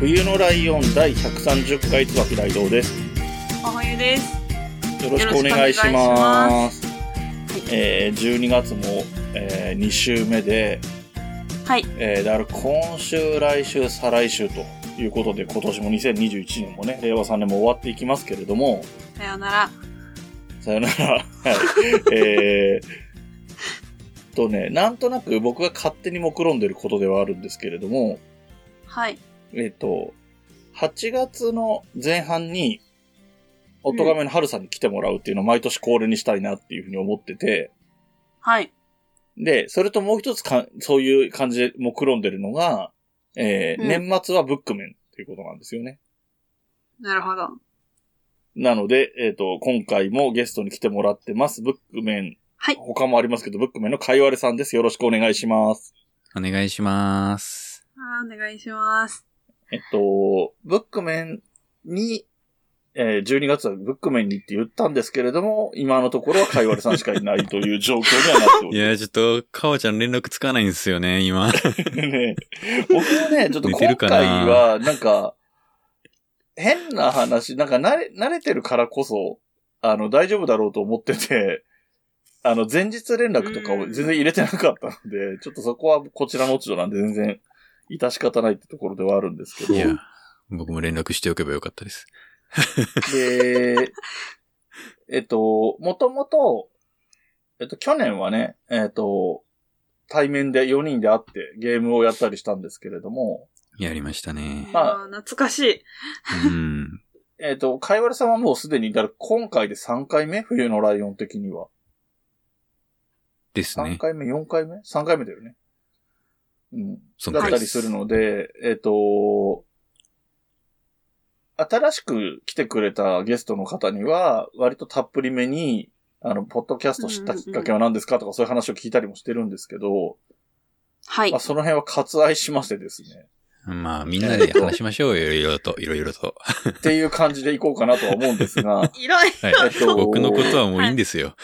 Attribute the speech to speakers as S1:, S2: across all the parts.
S1: 冬のライオン第130回椿ライドウです。
S2: おはゆです
S1: よろしくお願いします。
S2: す
S1: えー、12月も、え2週目で、
S2: はい
S1: えー、だから今週、来週、再来週ということで、今年も2021年もね、令和3年も終わっていきますけれども、
S2: さようなら
S1: さよなら。 はい。えー、とね、なんとなく僕が勝手に目論んでることではあるんですけれども、
S2: はい
S1: えっと、8月の前半に、おとがめの春さんに来てもらうっていうのを毎年恒例にしたいなっていうふうに思ってて、
S2: はい
S1: で、それともう一つか、そういう感じで目論んでるのが、えー
S2: うん
S1: 年末はブックメンっていうことなんですよね。
S2: なるほど
S1: なので、えっ、と、今回もゲストに来てもらってます。ブックメン。
S2: はい
S1: 他もありますけど、ブックメンのかいわれさんです。よろしくお願いします。
S3: お願いします。
S2: あーお願いします
S1: えっと、ブックメンに、えー12月はブックメンにって言ったんですけれども、今のところはかいわれさんしかいないという状況にはなってお
S3: い
S1: り
S3: やー、ちょっと、かおちゃん連絡つかないんですよね、 今。
S1: ますね。僕もね、ちょっと
S3: 寝て
S1: 今
S3: るか
S1: 回
S3: な
S1: は、なんか、変な話、なんか慣れ、慣れてるからこそ、あの、大丈夫だろうと思ってて、あの、前日連絡とかを全然入れてなかったので、ちょっとそこはこちらの落ち度なんで全然、致し方ないってところではあるんですけど。
S3: いや、僕も連絡しておけばよかったです。
S1: で、えっと、もともと、えっと、去年はね、えっと、対面で4人で会ってゲームをやったりしたんですけれども、
S3: やりましたね。
S1: まあ
S2: あー懐かしい
S3: うん。
S1: えっと、かいわれさんはもうすでに、だから今回で3回目冬のライオン的には。
S3: です
S1: 3
S3: ね。
S1: 回目、4回目 ?3 回目だよね。うん。
S3: そ
S1: だ
S3: の
S1: ったりするので、えっと、新しく来てくれたゲストの方には、割とたっぷりめに、あの、ポッドキャスト知ったきっかけは何ですかとかそういう話を聞いたりもしてるんですけど、
S2: はい、
S1: まあ、その辺は割愛しましてですね。
S3: まあ、みんなで話しましょ うよ、いろいろと、いろいろと。
S1: っていう感じでいこうかなとは思うんですが
S2: いろい
S3: はい
S1: えっと、
S3: 僕のことはもういいんですよ。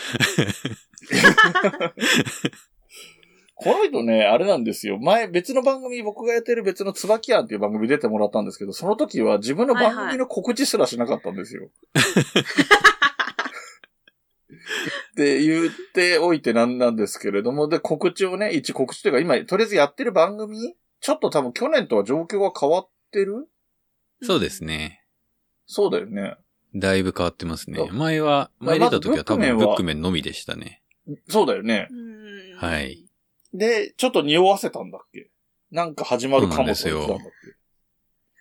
S1: この人ね、あれなんですよ。前、別の番組、僕がやってる別の椿庵っていう番組出てもらったんですけど、その時は自分の番組の告知すらしなかったんですよ。 って言っておいてなんなんですけれども、で、告知をね、一告知というか、今、とりあえずやってる番組ちょっと多分去年とは状況が変わってる
S3: そうですね。
S1: そうだよね。
S3: だいぶ変わってますね
S1: そ。う
S3: 前は、前出た時は多
S1: まずブックメン
S3: 分
S1: は
S3: ブックメンのみでしたね。
S1: そうだよね。
S2: うん
S3: はい
S1: で、ちょっと匂わせたんだっけなんか始まるかもと言ってたんだっけ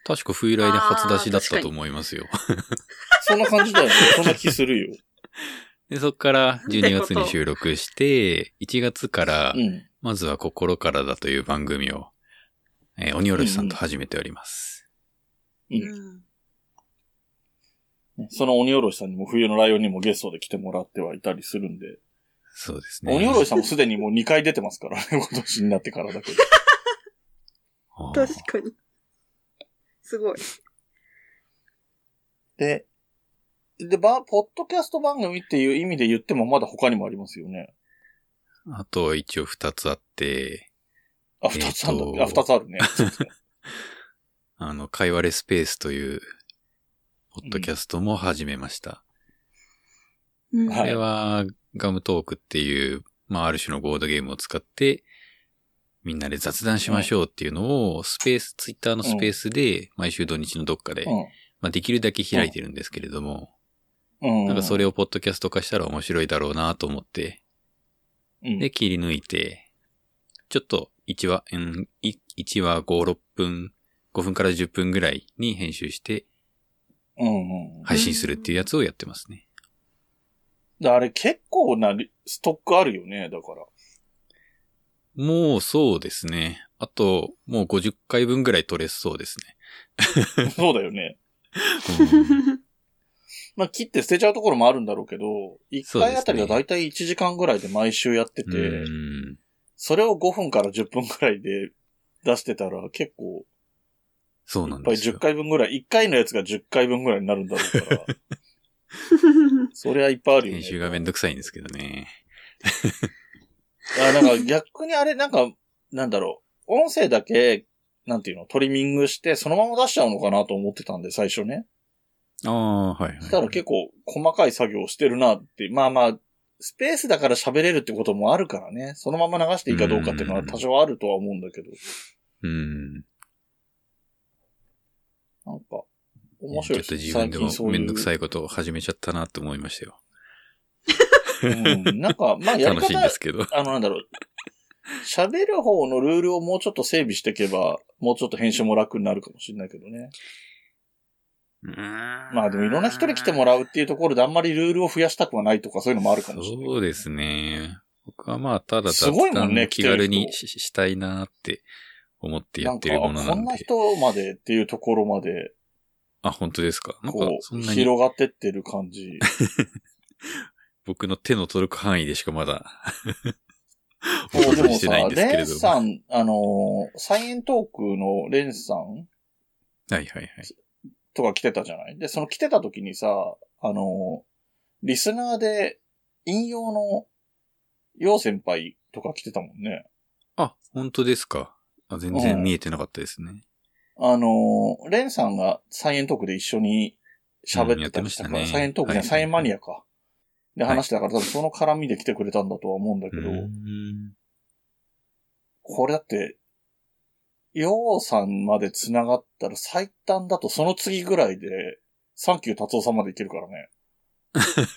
S3: 確か冬来で初出しだったと思いますよ。
S1: そんな感じだよね。そんな気するよ。
S3: で、そっから12月
S2: なんてこと
S3: に収録して、1月から
S1: う、ん。
S3: まずは心からだという番組を、えー鬼おろしさんと始めております。
S2: うん
S1: その鬼おろしさんにも冬のライオンにもゲストで来てもらってはいたりするんで。
S3: そうですね。
S1: 鬼おろしさんもすでにもう2回出てますからね、今年になってからだけど。
S3: あー
S2: 確かにすごい
S1: で、で、ば、ポッドキャスト番組っていう意味で言ってもまだ他にもありますよね。
S3: あと一応二つあって、
S1: あ、二つあるんだ
S3: えっと
S1: あ、二つあるね。
S3: あの、会話レスペースという、ポッドキャストも始めました。
S2: うん
S1: は
S3: こ
S1: い
S3: れは、ガムトークっていう、まあ、ある種のボードゲームを使って、みんなで雑談しましょうっていうのを、スペース、ツイッターのスペースで、毎週土日のどっかで、まあ、できるだけ開いてるんですけれども、
S1: うん。うん。
S3: なんかそ
S1: れ、
S3: れをポッドキャスト化したら面白いだろうなと思って、
S1: うん、
S3: で、切り抜いて、ちょっと1話、うん、い1話5、6分、5分から10分ぐらいに編集して
S1: うんうん。
S3: 配信するっていうやつをやってますね。
S1: であれ結 構なリストックあるよね、だから。
S3: もうそうですね。あと、もう50回分ぐらい取れそうです
S1: そうだよね。
S3: ね。
S1: まあ、切って捨てちゃうところもあるんだろうけど、1
S3: そうです
S1: 回
S3: ね
S1: あたりがだいたい1時間ぐらいで毎週やってて、
S3: うんうん。
S1: それを5分から10分ぐらいで出してたら結構、
S3: そう
S1: い
S3: な
S1: っ
S3: ん
S1: ぱい
S3: ですよ
S1: 10。回分ぐらい、1回のやつが10回分ぐらいになるんだろうから、 そりゃいっぱいあるよ
S3: 編
S1: ね。
S3: 集がめんどくさいんですけどね。
S1: あなんか逆にあれ、なんか、なんだろう、音声だけ、なんていうの、トリミングして、そのまま出しちゃうのかなと思ってたんで、最初ね。
S3: ああ、はい、
S1: そしたら結構細かい作業をしてるなって、まあまあ、スペースだから喋れるってこともあるからね、そのまま流していいかどうかっていうのは多少あるとは思うんだけど、
S3: うん。
S1: なんか、面
S3: ち
S1: 白
S3: ょ
S1: い
S3: っと
S1: です
S3: 自分でも
S1: 最近そういう
S3: めんどくさいことを始めちゃったなと思いましたよ。
S1: うんなんか、まあやり
S3: 楽しいん
S1: 方
S3: で、すけど。
S1: あの、なんだろう。喋る方のルールをもうちょっと整備していけば、もうちょっと編集も楽になるかもしれないけどね。ま
S3: ま
S1: あでもいろんな人に来てもらうっていうところであんまりルールを増やしたくはないとかそういうのもあるかもしれない。
S3: そうですね。僕はまあ、ただ
S1: すごいもんね
S3: 雑談を気軽
S1: 来てる
S3: に
S1: 人
S3: しししたいなーって思ってや
S1: な
S3: っ
S1: ん
S3: て
S1: か、
S3: るものな
S1: こん
S3: ん
S1: な
S3: で。
S1: 人までっていうところまで、
S3: あ、本当ですかなんか
S1: こ、
S3: そん
S1: う、
S3: なに
S1: 広がってってる感じ。
S3: 僕の手の届く範囲でしか まだ
S1: もうで
S3: お話
S1: も
S3: しして
S1: さ
S3: ないん、ですけ
S1: レ
S3: れ
S1: ン
S3: ども。
S1: さ
S3: は
S1: ん、あのー、サイエントークのレンさん
S3: いはいはい。
S1: とか来てたじゃないで、その来てた時にさ、あのー、リスナーで引用の陽先輩とか来てたもんね。
S3: あ、本当ですか。あ全
S1: う
S3: 然
S1: ん
S3: 見えてなかったですね。
S1: あのー、レンさんがサイエントークで一緒に喋ってたりしたから、
S3: うんやってましたね
S1: サイエントークじゃない
S3: はい
S1: サイエンマニアか。で
S3: はい
S1: 話してたから、多分その絡みで来てくれたんだとは思うんだけ
S3: う
S1: ど、
S3: ん。
S1: これだって、ヨウさんまで繋がったら最短だとその次ぐらいで、サンキュー達夫さんまでいけるからね。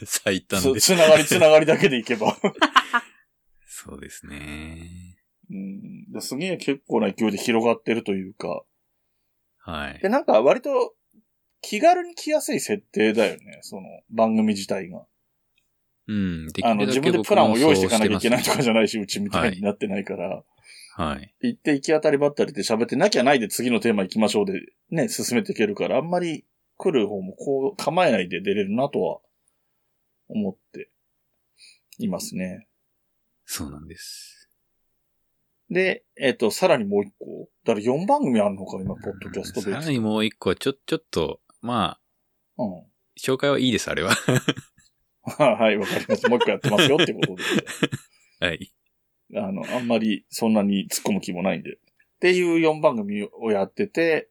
S3: 最短
S1: つ
S3: で。
S1: 繋がり繋がりだけでいけば。
S3: そうですね。
S1: うん、ですげえ結構な勢いで広がってるというか。
S3: はい
S1: で、。なんか割と気軽に来やすい設定だよね。その番組自体が。
S3: うん。できるだけ
S1: あの、自分でプランを用意していかなきゃいけないとか
S3: じ
S1: じゃないし、うちみたいになってないから、
S3: ゃ。はい。
S1: 行って行き当たりばったりで喋ってなきゃないで次のテーマ行きましょうでね、進めていけるから、あんまり来る方もこう構えないで出れるなとは思っていますね。
S3: そうなんです。
S1: で、えっ、と、さらにもう一個。だから4番組あるのか、今、ポッドキャスト
S3: さ
S1: で。
S3: らにもう一個は、ちょ、ちょっと、まあ、
S1: うん。
S3: 紹介はいいです、あれは。
S1: はい、わかります。もう一個やってますよってこと
S3: はい。
S1: で。 あの、あんまりそんなに突っ込む気もないんで。っていう4番組をやってて、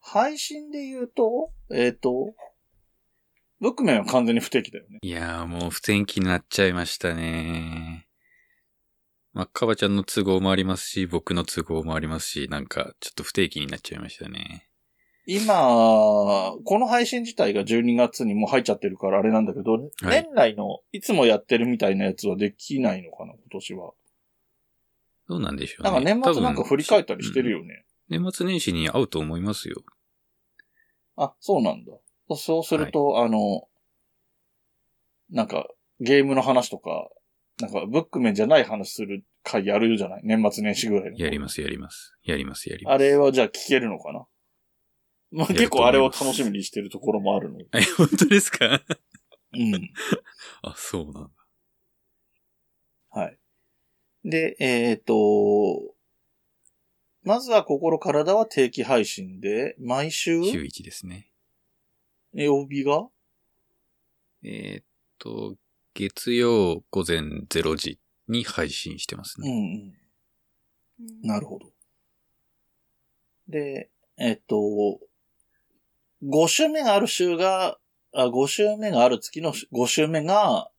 S1: 配信で言うと、えっ、と、ブックメンは完全に不定期だよね。
S3: いやー、もう不天気になっちゃいましたね。まあ、カバちゃんの都合もありますし、僕の都合もありますし、なんか、ちょっと不定期になっちゃいましたね。
S1: 今、この配信自体が12月にもう入っちゃってるからあれなんだけど、
S3: はい
S1: 年内のいつもやってるみたいなやつはできないのかな、今年は。
S3: どうなんでしょうね。
S1: なんか年末なんか振り返ったりしてる
S3: よ。
S1: よね。
S3: うん年末年始に会うと思いますよ。
S1: あ、そうなんだ。そうすると、あの、なんかゲームの話とか、なんかブックメンじゃない話する回やるじゃない年末年始ぐらいの。
S3: やります、やります。やります、やります。
S1: あれはじゃあ聞けるのかな、まあ、
S3: やる
S1: 結
S3: と
S1: 構
S3: 思います
S1: あれを楽しみにしてるところもあるの。
S3: え、 本当で すか
S1: うん。
S3: あ、そうなんだ。
S1: はい。で、えっ、と、まずは心体は定期配信で、毎週、
S3: 週1ですね。
S1: 曜日が
S3: えーっと、月曜午前0時に配信してます
S1: うんう
S3: ね。
S1: ん。なるほど。で、えっ、と、5週目がある週が、あ5週目がある月の5週目が、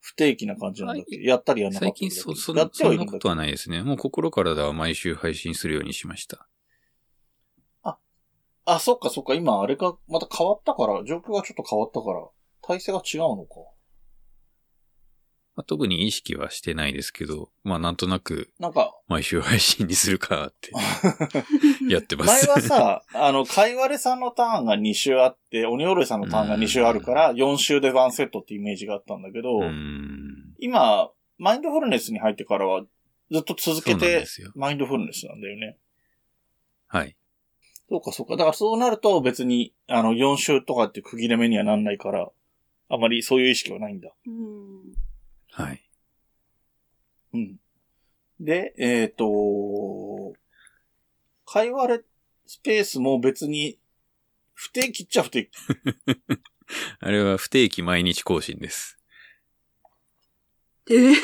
S1: 不定期な感じなんだっけ
S3: は
S1: やったりやんなかっ
S3: 最
S1: たり
S3: 近
S1: だけ
S3: そ、そ
S1: や
S3: ん
S1: って
S3: そ
S1: は
S3: ん
S1: いる
S3: なん
S1: だ
S3: こ
S1: け
S3: と
S1: ど。
S3: はないですね。もう心からでは毎週配信するようにしました。
S1: あ、そっかそっか。今、あれが、また変わったから、状況がちょっと変わったから、体制が違うのか。
S3: まあ、特に意識はしてないですけど、まあなんとなく
S1: なん か、
S3: 毎週配信にするかって やってま
S1: 前
S3: す。
S1: はさ、あの、カイワレさんのターンが2週あって、オニオロエさんのターンが2週あるから、4週で1セットってイメージがあったんだけど、
S3: うーん
S1: 今、マインドフルネスに入ってからは、ずっと続
S3: そう
S1: け
S3: なんで
S1: て、
S3: すよ。
S1: マインドフルネスなんだよね。
S3: はい。
S1: そうか、そうか。だからそうなると別に、あの、4週とかって区切れ目にはなんないから、あまりそういう意識はないんだ。
S2: うん。
S3: はい。
S1: うん。で、えっ、と、かいわれスペースも別に、不定期っちゃ不定期。
S3: あれは不定期毎日更新です。
S2: え
S1: え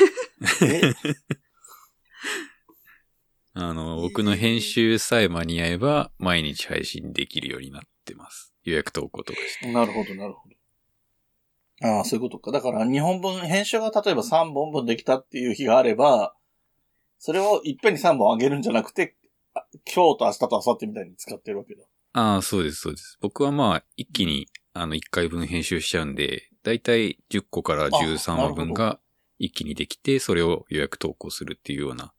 S3: あの、僕の編集さえ間に合えば毎日配信できるようになってます。予約投稿とかして。
S1: なるほど、なるほど。ああ、そういうことか。だから、2本分、編集が例えば3本分できたっていう日があれば、それをいっぺんに3本上げるんじゃなくて、あ今日と明日と明後日みたいに使ってるわけだ。
S3: ああ、そうです、そうです。僕はまあ、一気に、あの、1回分編集しちゃうんで、だいたい10個から13話分が一気にできて、それを予約投稿するっていうような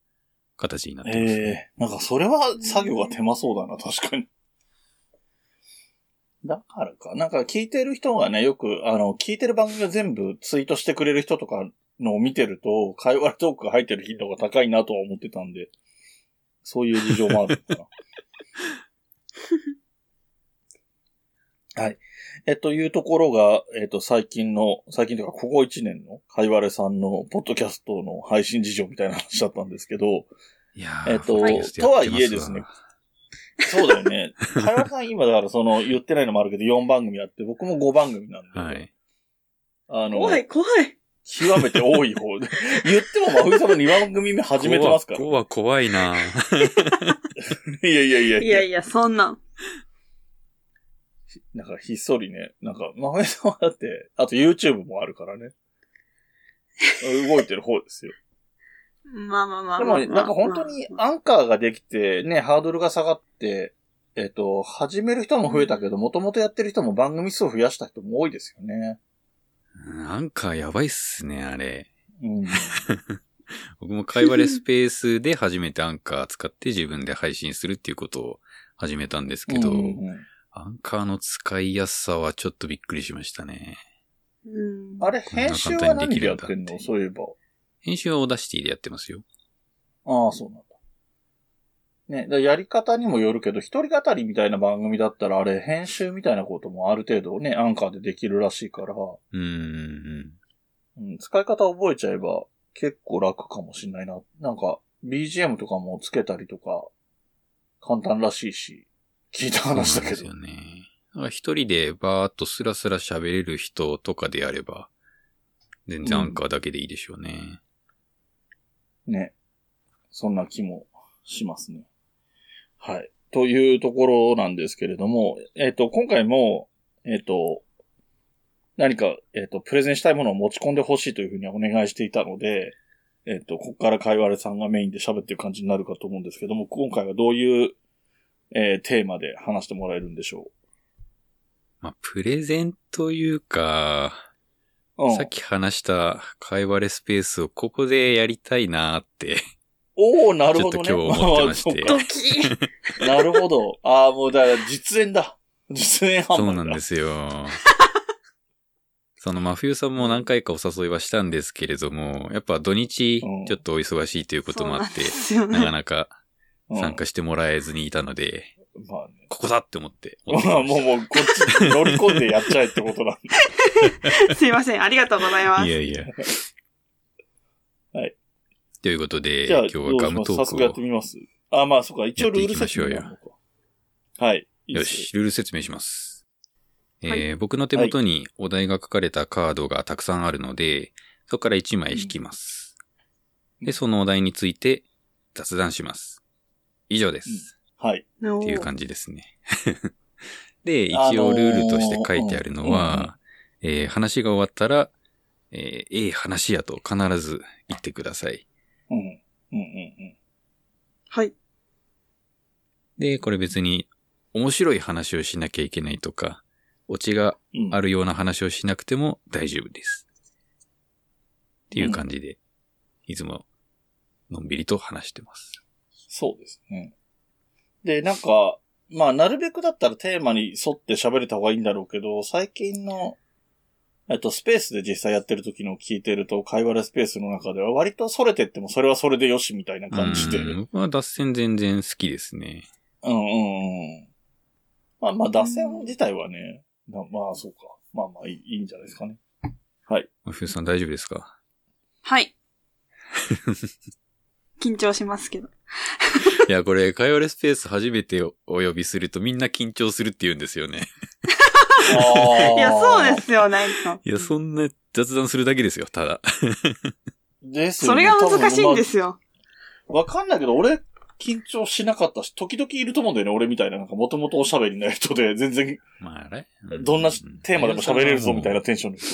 S3: 形になってます、ね。
S1: ええなんかそれは作業が手間そうだな、確かに。だからか。なんか聞いてる人がね、よく、あの、聞いてる番組が全部ツイートしてくれる人とかのを見てると、会話トークが入ってる頻度が高いなとは思ってたんで、そういう事情もあるのか な。はい。え、というところが、えっ、と、最近の、最近というか、ここ1年の、かいわれさんの、ポッドキャストの配信事情みたいな話だったんですけど、
S3: いや
S1: えっと
S3: と
S1: とはいえですね。そうだよね。カラさん今だからその言ってないのもあるけど4番組あって、僕も5番組なんで。
S3: はい。
S1: あの、
S2: 怖い、怖い。
S1: 極めて多い方で。言っても真冬さんの2番組目始めてますから。い
S3: こわ怖いな
S1: やいやいや
S2: いやいや、そんなん。
S1: なんかひっそりね。なんか真冬さんはだって、あと YouTube もあるからね。動いてる方ですよ。
S2: まあまあまあ
S1: で
S2: まあまあ。
S1: も、なんか本当にアンカーができて、ね、ハードルが下がって、えっと、始める人も増えたけど、もともとやってる人も番組数を増やした人も多いですよね。
S3: なんかやばいっすね、あれ。
S1: うん。
S3: 僕も会話レスペースで初めてアンカー使って自分で配信するっていうことを始めたん ですけど、
S1: うんうんうん
S3: アンカーの使いやすさはちょっとびっくりしましたね。
S2: うん。
S1: あれ、編集は何でやってん
S3: こんな簡単にできるんだっ
S1: の
S3: て
S1: そういえば。
S3: 編集はオーダーシティでやってますよ。
S1: ああ、そうなんだ。ね、だからやり方にもよるけど、一人語りみたいな番組だったら、あれ、編集みたいなこともある程度ね、アンカーでできるらしいから、
S3: うーん。
S1: うん、使い方覚えちゃえば結構楽かもしんないな。なんか、BGM とかもつけたりとか、簡単らしいし、聞いた話だけ
S3: そう
S1: ど。
S3: なんですよね。だから一人でバーっとスラスラ喋れる人とかでやれば、全然アンカーだけでいいでしょうね。
S1: ね。そんな気もしますね。はい。というところなんですけれども、えっ、と、今回も、えっ、と、何か、えっ、と、プレゼンしたいものを持ち込んでほしいというふうにお願いしていたので、えっ、と、ここからかいわれさんがメインで喋ってる感じになるかと思うんですけども、今回はどういう、えーテーマで話してもらえるんでしょ
S3: まあ、プレゼンというか、
S1: う。うん。
S3: さっき話した会話レスペースをここでやりたいなーって、
S1: おおな
S3: ち
S1: る
S3: ょ
S1: ほ
S3: っ
S1: どね。
S3: と今日 思ってまして
S1: あ。
S2: ドキッ。
S1: そうなるほど。ああ、もうだから実演だ。実演販売だ。
S3: そうなんですよ。 その、真冬さんも何回かお誘いはしたんですけれども、やっぱ土日、
S1: うん
S3: ちょっとお忙しいということもあって、
S2: そうなんですよ
S3: なか
S2: ね。
S3: なか
S1: うん。
S3: 参加してもらえずにいたので、
S1: まあね。
S3: ここだって思って。持って き
S1: まあ、
S3: ま
S1: もう、
S3: し
S1: もう、こっちに乗り込んでやっちゃえってこと なんで。
S2: すいません、ありがとうございま
S3: た
S2: す。
S3: いやいや。
S1: はい。
S3: ということで、
S1: じゃあ、
S3: 今
S1: どうし
S3: 日はガム
S1: ま
S3: ト
S1: す早
S3: ー
S1: 速やって
S3: ク
S1: みます。あ、まあ、そっか。一応ルール
S3: やっていきまし
S1: 説
S3: ょう
S1: 明
S3: よ
S1: なのか。はい。い
S3: を。
S1: い
S3: よ
S1: です
S3: し、ルール説明します。えー
S2: は
S3: 僕の手元にお題が書かれたカードがたくさんあるので、そこから1枚引きます。
S1: うん
S3: で、そのお題について雑談します。以上です。
S1: うんはい。
S2: っ
S3: っていう感じですね。 で、一
S1: あのー
S3: 応ルールとして書いてあるの
S1: うんうん
S3: は、えー話が終わったら、えーええ話やと必ず言ってください。
S1: うん。うんうん
S2: はい。
S3: で、これ別に面白い話をしなきゃいけないとか、オチが
S1: うん。うん。
S3: あるような話をしなくても大丈夫です。っていう感じで、いつものんびりと話してます。
S1: そうですね。で、なんか、まあ、なるべくだったらテーマに沿って喋れた方がいいんだろうけど、最近のえっと、スペースで実際やってる時のを聞いてると、会話でスペースの中では割とそれてってもそれはそれでよしみたいな感じで。
S3: うん僕は脱線全然好きですね。
S1: うんうんうん。まあまあ、脱線自体はね、なまあそうか。まあまあいいいいんじゃないですかね。
S3: 冬さん大丈夫ですか
S2: はい。緊張しますけど。
S3: いや、これ、会話レスペース初めておお呼びするとみんな緊張するって言うんですよね。
S2: いや、そうで。すよ、なんか。
S3: いや、そんな雑談するだけですよ、ただ。
S1: ですよ
S2: そ
S1: ね
S2: れが難しいんで。すよ。
S1: 多分まあわかんないけど、俺、緊張しなかったし、時々いると思うんだよね、俺みたいな。なんか、もともとおしゃべりな人で、全然、
S3: まあ、あれ
S1: どんなテーマでも喋れるぞ、みたいな。テンションの人。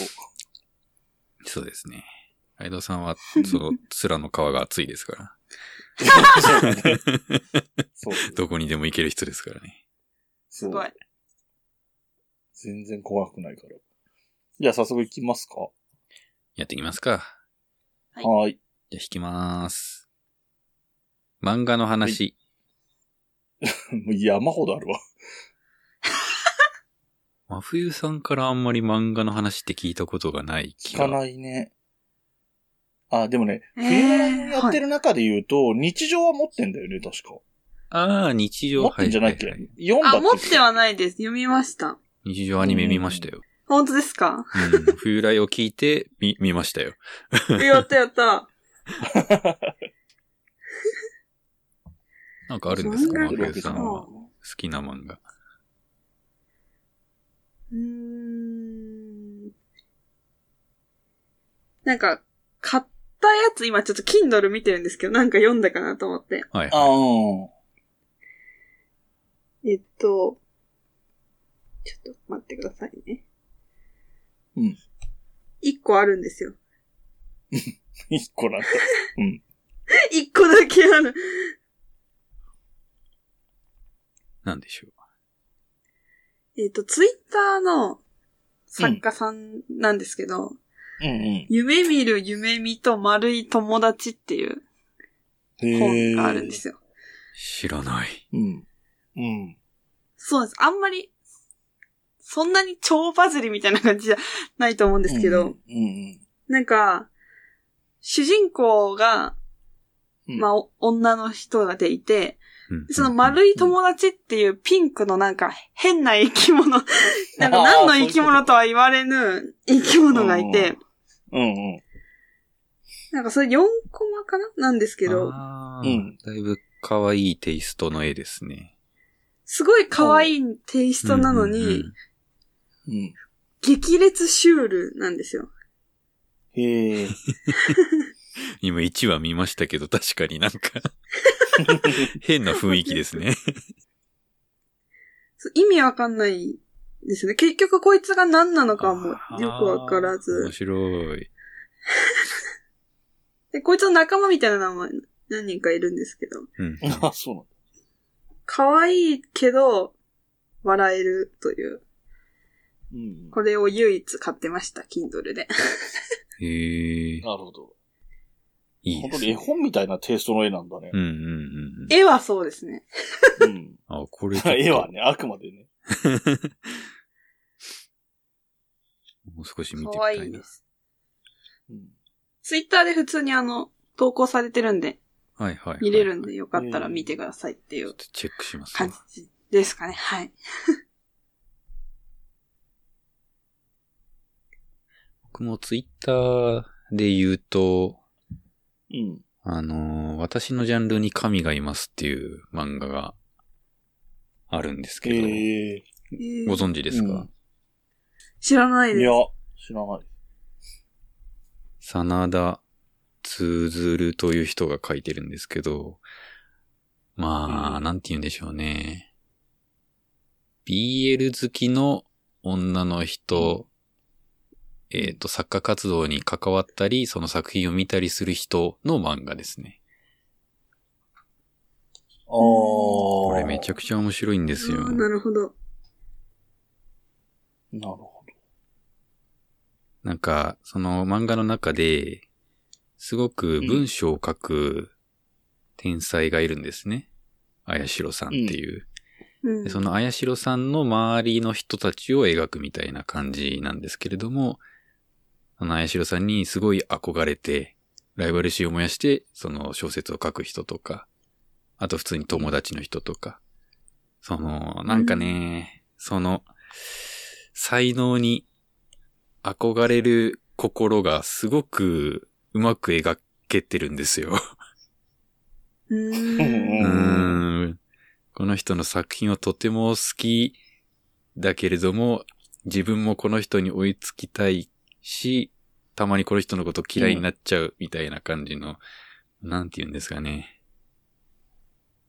S3: そうですね。ライドさ んは、その、面の皮が厚いですから。
S1: そうだね。 そう
S3: どこにでも行ける人ですからね。
S1: そ
S2: すごい。
S1: 全然怖くないから。じゃあ、早速行きますか。
S3: やっていきますか。
S2: はい
S1: はーい。
S3: じゃあ、引きまーす。漫画の話。
S1: もう山ほどあるわ。
S3: 真冬さんからあんまり漫画の話って聞いたことがない気
S1: 聞
S3: が。
S1: かないね。あ、でもね、
S2: え
S1: 平やって
S2: る。
S1: る中で言うと、日常は持ってんだよね、確か。
S3: ああ、日常。
S1: 持ってんじゃないっけ、
S3: ははは
S1: 読んだ
S2: あ、
S1: っけ
S2: 持 ってはないです。読みました。
S3: 日常アニメ見ましたよ。
S2: 本当です か
S3: うん、冬来を聞いて、み、見ましたよ。
S2: やったやった。
S3: なんかあるんですか、真
S1: 漫画
S3: 冬さんは。好きな漫画。
S2: うーんなんか、買ったやつ、今ちょっと Kindle 見てるんですけど、なんか読んだかなと思って。
S3: はい、
S1: あ
S3: はい。
S2: えっと、ちょっと待ってくださいね。
S1: うん。
S2: 一個あるんですよ。
S1: うん。一個なんだ。うん。
S2: 一個だけある。
S3: なんでしょう。
S2: えっと、ツイッターの作家さんなんですけど、
S1: うん
S2: 夢見る夢見と丸い友達っていう
S1: うん。
S2: 本があるんですよ。
S3: 知らない。
S1: へー。うん。うん。
S2: そうです。あんまり、そんなに超バズりみたいな感じじゃないと思うんですけど、
S1: うんうん。
S2: なんか、主人公が、
S1: うん
S2: まあ、お女の人がでいて、
S3: うん
S2: その丸い友達っていうピンクのなんか変な生き 物、なんか何の生き物とは言われぬ生き物がいて、
S1: うんうん。
S2: なんかそれ4コマかななんですけど、
S3: あ
S1: う
S3: ー
S1: ん
S3: だいぶ可愛いテイストの絵ですね。
S2: すごい可愛いテイストなの
S3: うんうんう
S2: に
S3: ん、
S1: うん。
S2: 激烈シュールなんですよ。
S1: へえ。
S3: 今1話見ましたけど、確 かになんか、変な雰囲気ですね。
S2: そう意味わかんないですね。結局こいつが何なのかもよくわから
S3: あー面
S2: ず。
S3: 白い。
S2: で、こいつの仲間みたいなのは何人かいるんですけど。
S3: うん。
S1: あ、そうなんだ。
S2: 可愛いけど、笑えるという。
S1: うんうん。
S2: これを唯一買ってました、Kindle で。
S3: へえ。
S1: なるほど。
S3: いい
S1: 本
S3: で
S1: 当
S3: す
S1: に絵
S3: ね。
S1: 本みたいなテイストの絵なんだね
S3: う。んうんうんうん。
S2: 絵はそうですね。
S1: うん。。
S3: あ、こ れ
S1: 絵は。ね、あくまでね。
S3: もう少し見てみ
S2: 可
S3: た
S2: 愛
S3: い
S2: い
S3: な
S2: で。す。
S1: うん。
S2: Twitter で普通にあの、投稿されてるんで、
S3: はいはいはい。
S2: 見れるんでよかったら見てくださいってい
S3: ちょっ
S2: う
S3: とチェックします
S2: 感
S3: わ。
S2: じですかね。はい。
S3: 僕もツイッターで言うと、
S1: うん。
S3: あのー私のジャンルに神がいますっていう漫画があるんですけど、
S1: へえ。
S2: え
S3: ご
S2: ー
S3: 存知ですか、
S1: うん
S2: 知らない
S1: い
S2: で
S1: や
S2: す。、
S1: 知らない。
S3: 真田通ずるという人が書いてるんですけど、まあ、
S1: うん
S3: なんて言うんでしょうね。BL 好きの女の人、えっ、と、作家活動に関わったり、その作品を見たりする人の漫画ですね。
S1: ああ。こ
S3: これめちゃくちゃ面白いんですよ
S2: あ。ーなるほど。
S1: なるほ
S3: なんか、その漫画の中で、すごく文章を書く天才がいるんですね。綾代さんっていう。
S2: うん。
S3: でその綾代さんの周りの人たちを描くみたいな感じなんですけれども、その、綾代さんにすごい憧れて、ライバル心を燃やして、その小説を書く人とか、あと普通に友達の人とか、その、なんかね、その、才能に憧れる心がすごくうまく描けてるんですよ。
S2: う ーん。
S3: う
S1: うん
S3: ーんこの人の作品をとても好きだけれども、自分もこの人に追いつきたいし、たまにこの人のこと嫌いになっちゃうみたいな感じの、なんて言うんですかね。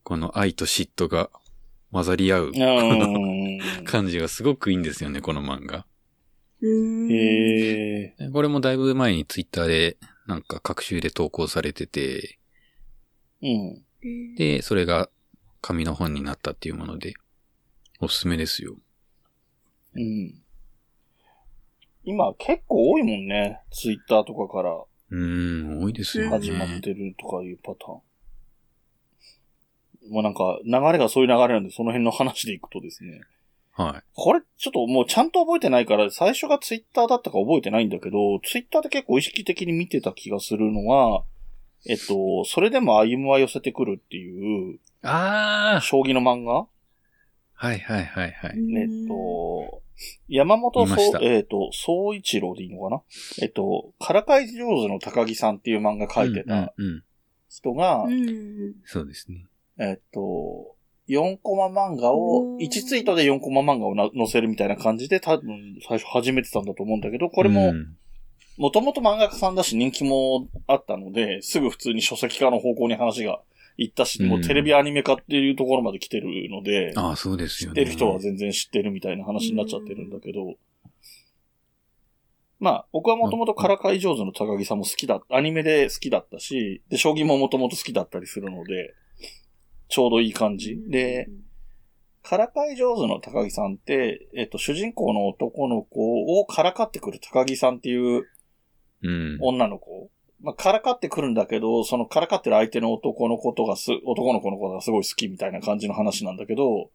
S3: この愛と嫉妬が混ざり合う
S1: うん。
S3: 感じがすごくいいんですよね、この漫画。
S2: うん。
S1: へえ。
S3: これもだいぶ前にツイッターで、なんか各週で投稿されてて、
S1: うん。
S3: で、それが紙の本になったっていうもので、おすすめですよ。
S1: うん。今結構多いもんね。ツイッターとかから
S3: うーん、多いですよね。
S1: 始まってるとかいうパターン。もうなんか流れがそういう流れなんで、その辺の話でいくとですね。
S3: は
S1: これちょっともうちゃんと覚えてないから、最初がツイッターだったか覚えてないんだけど、ツイッターで結構意識的に見てた気がするのが、えっと、それでも歩むは寄せてくるっていう、
S3: い。ああ
S1: 将棋の漫画
S3: はいはいはいはい。
S1: えっと、山本
S3: 見ました
S1: 総、えっと、総一郎でいいのかなえっと、からかい上手の高木さんっていう漫画書いてた
S3: うん、うんうん。
S1: 人が、
S2: うん。
S3: そうですね。
S1: えっと、4コマ漫画を
S2: う、ん
S1: 1ツイートで4コマ漫画をな載せるみたいな感じで、多分最初始めてたんだと思うんだけど、これも、
S3: うん
S1: もともと漫画家さんだし人気もあったので、すぐ普通に書籍化の方向に話が行ったし、
S3: うん
S1: もうテレビアニメ化っていうところまで来てるので、
S3: ああ、そうです
S1: 知
S3: よ
S1: っ
S3: ね。
S1: てる人は全然知ってるみたいな話になっちゃってるんだけど、まあ、僕はもともとからかい上手の高木さんも好きだ、アニメで好きだったし、で、将棋ももともと好きだったりするので、ちょうどいい感じ。で、、からかい上手の高木さんって、えっと、主人公の男の子をからかってくる高木さんっていう
S3: うん。
S1: 女の子。まあ、からかってくるんだけど、そのからかってる相手の男のことがす、男の子のことがすごい好きみたいな感じの話なんだけど、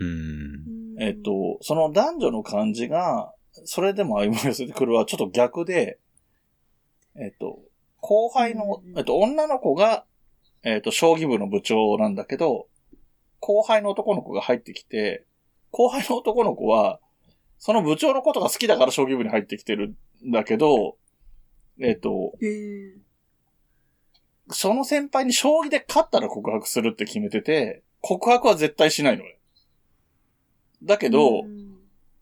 S3: うん。
S1: えっ、と、その男女の感じが、それでも歩み寄せてくるはちょっと逆で、えっと、後輩の
S2: う、ん
S1: えっと、女の子が、えっと、将棋部の部長なんだけど、後輩の男の子が入ってきて、後輩の男の子は、その部長のことが好きだから将棋部に入ってきてるんだけど、えっと、
S2: うん
S1: その先輩に将棋で勝ったら告白するって決めてて、告白は絶対しないのね。だけど、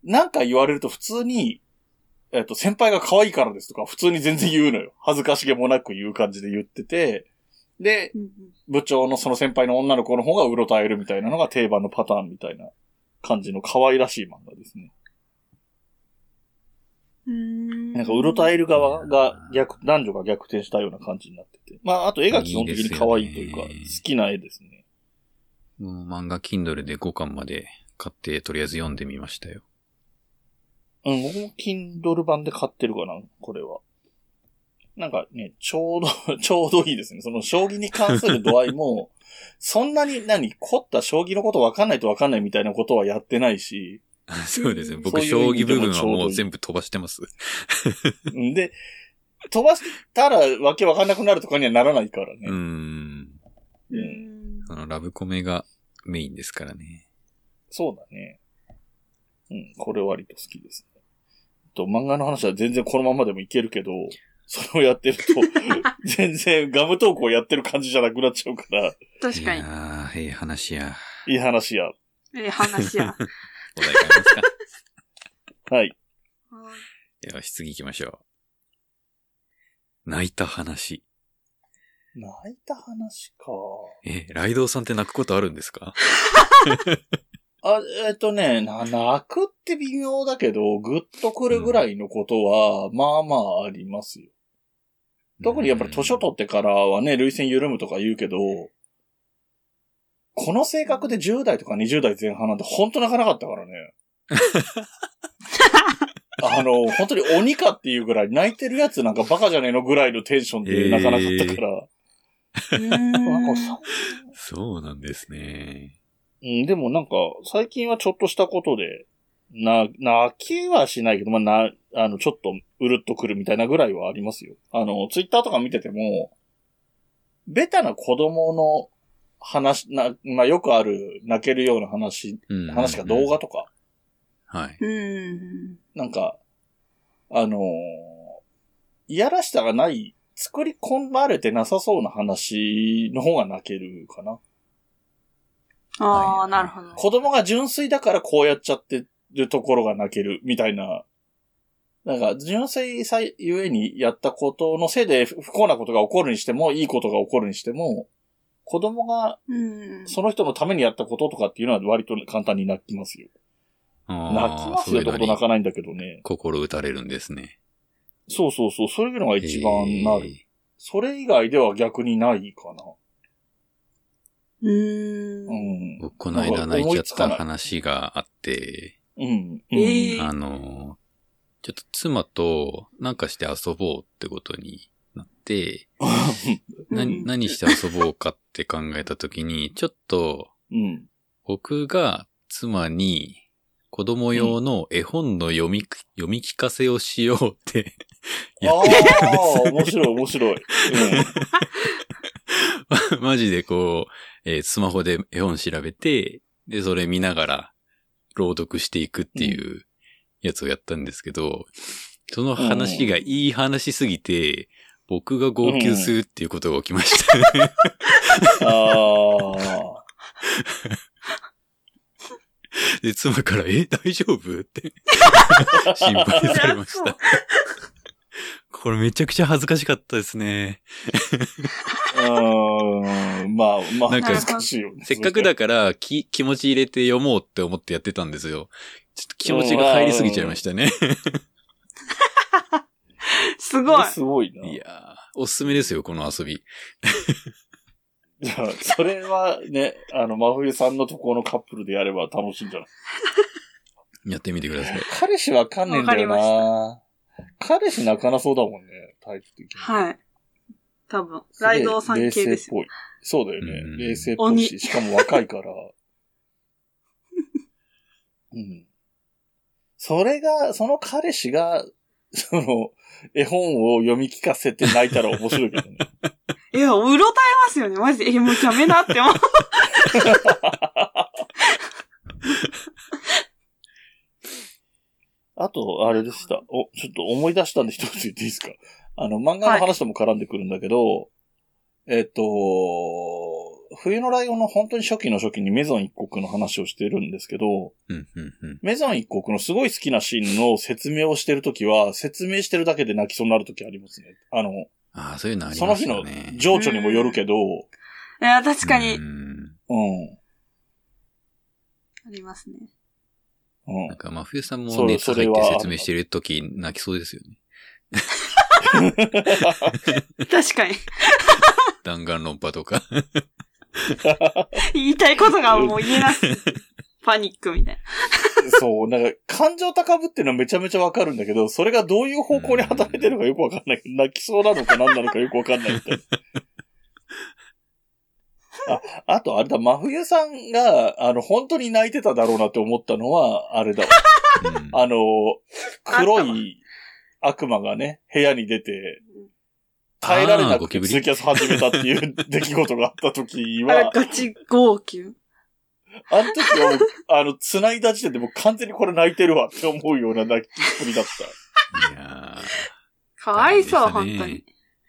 S1: なんか言われると普通に、えっと、先輩が可愛いからですとか、普通に全然言うのよ。恥ずかしげもなく言う感じで言ってて、で、部長のその先輩の女の子の方がうろたえるみたいなのが定番のパターンみたいな感じの可愛らしい漫画ですね。
S2: うん
S1: なんか、うろたえる側が逆、男女が逆転したような感じになってて。まあ、あと絵が基本的に可愛いというか、
S3: いいですよね
S1: 好きな絵ですね。
S3: もう漫画 Kindle で5巻まで買って、とりあえず読んでみましたよ。
S1: うん、僕も Kindle 版で買ってるかな、これは。なんかね、ちょうど、 ちょうどいいですね。その将棋に関する度合いも、そんなに何、凝った将棋のこと分かんないと分かんないみたいなことはやってないし、
S3: そうですね。
S2: うん
S3: 僕、
S1: そうい
S3: 将
S1: う意味
S3: 棋
S1: で
S3: 部
S1: も
S3: 分
S1: ち
S3: は
S1: ょうどいい
S3: もう全部飛ばしてます。
S1: んで、飛ばしたらわけ分かんなくなるとかにはならないから
S3: う
S1: ね。
S3: ん。
S2: うん
S3: あの、ラブコメがメインですからね。
S1: そうだね。うん、これ割と好きですね。と、漫画の話は全然このままでもいけるけど、それをやってる と、全然ガムトークをやってる感じじゃなくなっちゃうから、
S2: 確か
S3: い
S2: に
S3: や。ー、ええ話や。
S1: いい話や。
S2: ええ話 や。
S3: お題変えますか
S1: はい。
S3: では、質疑行きましょう。泣いた話。
S1: 泣いた話か。
S3: え、ライドウさんって泣くことあるんですか
S1: あ、えっ、とね、な、泣くって微妙だけど、ぐっとくるぐらいのことは、まあまあありますよ。特にやっぱり年を取ってからはね、累戦緩むとか言うけど、この性格で10代とか20代前半なんて本当泣かなかったから ね。あの、本当に鬼かっていうぐらい、泣いてるやつなんかバカじゃねえのぐらいのテンションで泣かなかったから。なんかさ
S3: そうなんですね。
S1: うん、でもなんか、最近はちょっとしたことで、な、泣きはしないけど、まあ、な、あの、ちょっとうるっとくるみたいなぐらいはありますよ。あの、ツイッターとか見てても、ベタな子供の話、な、まあ、よくある泣けるような話、
S3: うん
S1: 話か動画とか、
S3: はい。
S2: うん。
S1: なんか、あのーいやらしさがない、作り込まれてなさそうな話の方が泣けるかな。
S2: ああ、なるほど。
S1: 子供が純粋だからこうやっちゃってるところが泣ける、みたいな。なんか、純粋さゆえにやったことのせいで不幸なことが起こるにしても、いいことが起こるにしても、子供が
S2: うん。
S1: その人のためにやったこととかっていうのは割と簡単に泣きますよ。泣き
S3: ああ
S1: ま、す
S3: そ
S1: よ
S3: う
S1: って
S3: いう
S1: こ
S3: の
S1: と
S3: に
S1: 泣かないんだけどね。
S3: 心打たれるんですね。
S1: そうそうそう、そういうのが一番な
S3: え
S1: る。
S3: ー
S1: それ以外では逆にないかな。
S2: うん
S1: う。ん。
S3: 僕、この間泣いちゃった話があって、
S1: うん。うん
S2: ええ
S3: あの、ちょっと妻となんかして遊ぼうってことになって、何、何して遊ぼうかって考えたときに、ちょっと
S1: うん。
S3: 僕が妻に子供用の絵本の読み、読み聞かせをしようって
S1: あ
S3: や
S1: あ
S3: ってたん
S1: ー、
S3: で
S1: 面白い、面白い。
S3: す。 マジでこう、えースマホで絵本調べて、で、それ見ながら朗読していくっていうやつをやったんですけど、その話がいい話すぎて、僕が号泣するっていうことが起きました。
S1: うん。ああ。
S3: で、妻から、え、大丈夫って、心配されました。これめちゃくちゃ恥ずかしかったですね。
S1: うーん。まあ、まあ、
S3: なんか
S1: 恥ずかしいよね。
S3: せっかくだから、き、気持ち入れて読もうって思ってやってたんですよ。ちょっと気持ちが入りすぎちゃいましたね。
S2: す
S1: す
S2: ごい。
S1: すごいな。
S3: い
S1: いや、
S3: やー、おすすめですよ、この遊び。
S1: それはね、あの、真冬さんのとこのカップルでやれば楽しいんじゃない
S3: やってみてください。
S1: 彼氏わかんねえんだよな。彼氏泣かなそうだもんね、タイプ的に。
S2: はい。多分、ライドウさん系ですよ。
S1: よ。冷静っぽい。そうだよ
S3: うん
S1: ね。冷静っぽいし、
S2: 鬼
S1: しかも若いから。 うん。それが、その彼氏が、その、絵本を読み聞かせて泣いたら面白いけ どね。
S2: いや、うろたえますよね、マジで。え、もうダメだって思 う。
S1: あと、あれでした。お、ちょっと思い出したんで一つ言っていいですか。あの、漫画の話とも絡んでくるんだけど、えっと、冬のライオンの本当に初期の初期にメゾン一国の話をしてるんですけど、
S3: うん、うん、うん。
S1: メゾン一国のすごい好きなシーンの説明をしてるときは、説明してるだけで泣きそうになるときありますね。あの、
S3: ああ、そういうのあり
S1: その
S3: ます
S1: 日
S3: よ
S1: の
S3: ね。
S1: 情緒にもよるけど、
S2: いや、確かに
S3: う、ん
S1: うん。
S2: ありますね。
S1: うん
S3: なん。か、真冬さんも
S1: そう
S3: 熱
S1: そ
S3: 入
S1: れ
S3: っ
S1: は
S3: て説明してるとき、泣きそうですよね。
S2: 確かに。
S3: 弾丸論破 とか。
S2: 言いたいことがもう言えなくて。 パニックみたい
S1: そう、なんか、感情高ぶってるのはめちゃめちゃわかるんだけど、それがどういう方向に働いてるかよくわかんない。泣きそうなのか何なのかよくわかんないみたいな。あ、あとあれだ、真冬さんが、あの、本当に泣いてただろうなって思ったのは、あれだわ
S3: うん
S1: あの、
S2: あ
S1: 黒
S2: ったわ
S1: い悪魔がね、部屋に出て、耐えられ
S3: あ
S1: な
S3: ーゴ
S1: く
S3: キ
S1: て
S3: ブリ
S1: ツイキャス始めたっていう出来事があった時
S2: な。あら、
S1: は、
S2: ガチ号泣。
S1: あの時はもう、あの、繋いだ時点でもう完全にこれ泣いてるわって思うような泣きっぷりだった。
S3: いやー
S2: かわいそう、
S3: 大
S2: 本
S3: 変
S2: 当
S3: で
S2: に。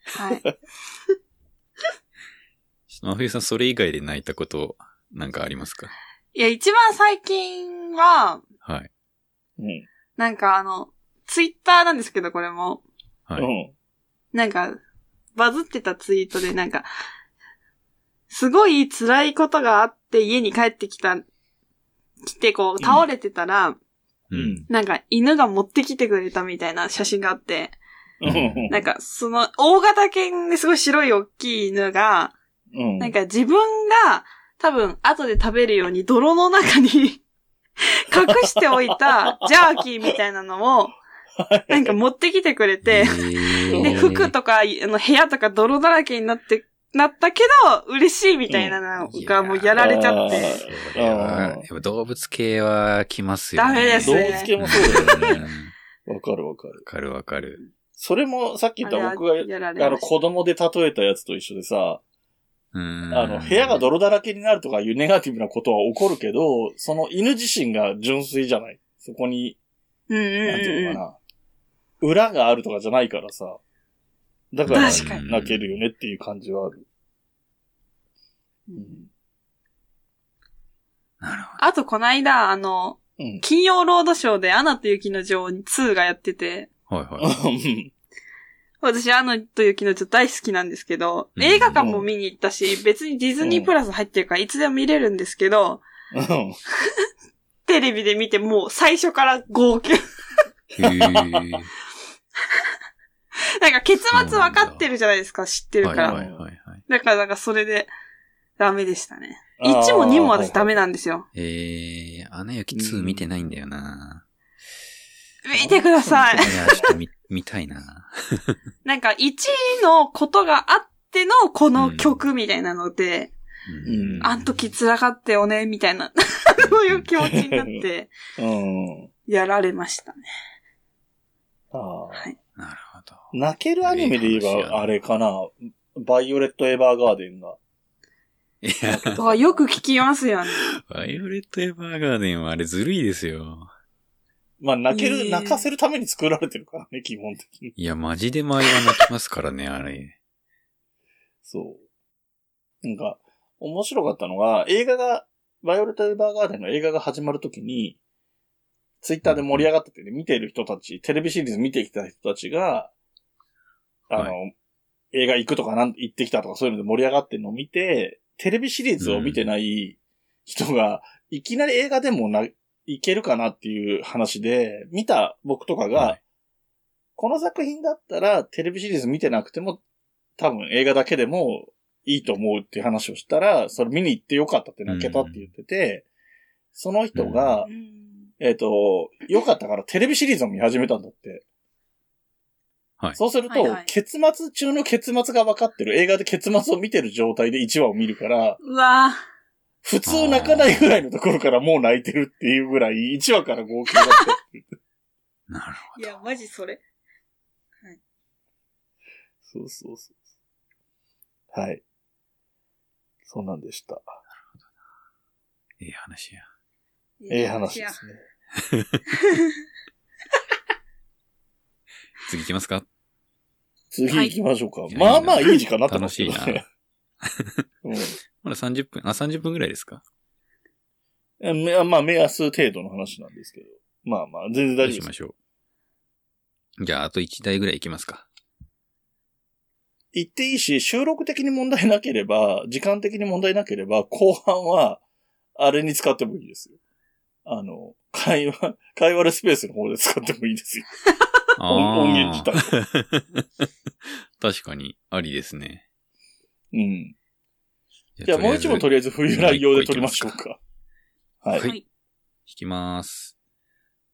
S2: はい。
S3: 真冬さん、それ以外で泣いたこと、なんかありますか
S2: いや、一番最近は、
S3: はい。
S1: うん。
S2: なんかあの、ツイッターなんですけど、これも。
S3: はい。
S2: なんか、バズってたツイートでなんか、すごい辛いことがあって家に帰ってきた、来てこう倒れてたら、
S3: う
S1: うん。
S3: ん。
S2: なんか犬が持ってきてくれたみたいな写真があって、
S1: うん。
S2: なんかその大型犬ですごい白い大きい犬が、
S1: うん。
S2: なんか自分が多分後で食べるように泥の中に 隠しておいたジャーキーみたいなのを、なんか持ってきてくれて、で、
S3: で
S2: 服とか、あの、部屋とか泥だらけになって、なったけど、嬉しいみたいなのがもうやられちゃっ
S1: いや
S2: て。
S3: やっぱ動物系は来ますよね。
S2: ダメです
S1: 動
S2: ね
S1: 物系もそうだよね。わかるわかる。
S3: わかるわかる。
S1: それもさっき言った僕が、
S2: やら
S1: あ
S2: れ
S1: の
S2: まし
S1: 子供で例えたやつと一緒でさ、
S3: うーん。
S1: あの部屋が泥だらけになるとかいうネガティブなことは起こるけど、その犬自身が純粋じゃない。そこに、
S2: た。うんうん
S1: なんていうの
S2: うん
S1: かな。裏があるとかじゃないからさ。だから
S2: 確か
S3: に
S1: 泣けるよねっていう感じはある。
S2: う。
S1: うんん
S3: なるほ
S2: あと、こないだ、あの、
S1: うん。
S2: 金曜ロードショーでアナと雪の女王に2がやってて、
S3: ど。はいはい。
S2: 私、アナと雪の女王大好きなんですけど、
S3: うん
S2: 映画館も見に行ったし、別にディズニープラス入ってるからいつでも見れるんですけど、
S1: うん
S2: テレビで見てもう最初から号泣。
S3: へー
S2: なんか結末わかってるじゃないですか、知ってる
S3: は
S2: か
S3: い
S2: ら。
S3: はいはいはい。
S2: だから、なんかそれで、ダメでしたね。
S1: あー
S2: 1も2も私ダメなんですよ。
S3: えー、アナ雪2見てないんだよな。
S2: 見てください
S3: い。や、ちょっと見、見た いな。
S2: なんか1のことがあってのこの曲みたいなので、
S1: うん
S2: あん時辛かったよね、みたいな、そういう気持ちになって、
S1: うん。
S2: やられましたね。
S1: ああ。
S3: なるほど。
S1: 泣けるアニメで言
S3: いい
S1: え
S3: 話やな
S1: ば、あれかな。バイオレット・エヴァーガーデンが。
S3: いや、
S2: あよく聞きますよね。
S3: バイオレット・エヴァーガーデンはあれずるいですよ。
S1: まあ、泣け
S2: え
S1: る、
S2: え
S1: 泣かせるために作られてるからね、基本的に。
S3: いや、マジで周りは泣きますからね、あれ。
S1: そう。なんか、面白かったのが、映画が、バイオレット・エヴァーガーデンの映画が始まるときに、ツイッターで盛り上がってて、見てる人たち、テレビシリーズ見てきた人たちが、あの、
S3: は
S1: 映画行くとかなん、行ってきたとかそういうので盛り上がってるのを見て、テレビシリーズを見てない人が、いきなり映画でもな、いけるかなっていう話で、見た僕とかが、
S3: はい
S1: この作品だったらテレビシリーズ見てなくても、多分映画だけでもいいと思うっていう話をしたら、それ見に行ってよかったって泣けたって言ってて、その人が、えっ、と、よかったからテレビシリーズを見始めたんだって。
S3: はい
S1: そうすると、
S2: はいはい
S1: 結末中の結末が分かってる。映画で結末を見てる状態で1話を見るから、
S2: うわぁ。
S1: 普通泣かないぐらいのところからもう泣いてるっていうぐらい、1話から号泣だったって。
S3: なる
S2: いや、マジそれ。
S1: そうそうそう。はい。そうなんでした。
S3: ほど。いい話や。
S1: ええ話ですね。
S3: 次行きますか
S1: 次行きましょうか。
S3: い
S1: まあまあいい時間になった
S3: 楽しいな。
S1: うん
S3: まだ30分、あ、30分ぐらいですか
S1: えめ。まあ目安程度の話なんですけど。まあまあ、全然
S3: ど
S1: 大
S3: う
S1: 丈
S3: し
S1: 夫
S3: ま
S1: です。
S3: しょう。じゃあ、あと1台ぐらい行きますか。
S1: 言っていいし、収録的に問題なければ、時間的に問題なければ、後半は、あれに使ってもいいですよ。あの、会話、会話でスペースの方で使ってもいいですよ。
S3: あ
S1: 音音源
S3: ー
S1: 自体。
S3: 確かに、ありですね。
S1: うん。
S3: じ
S1: じゃあもう一問とりあえず冬来用で撮りましょうか。はい。
S3: はい引きます。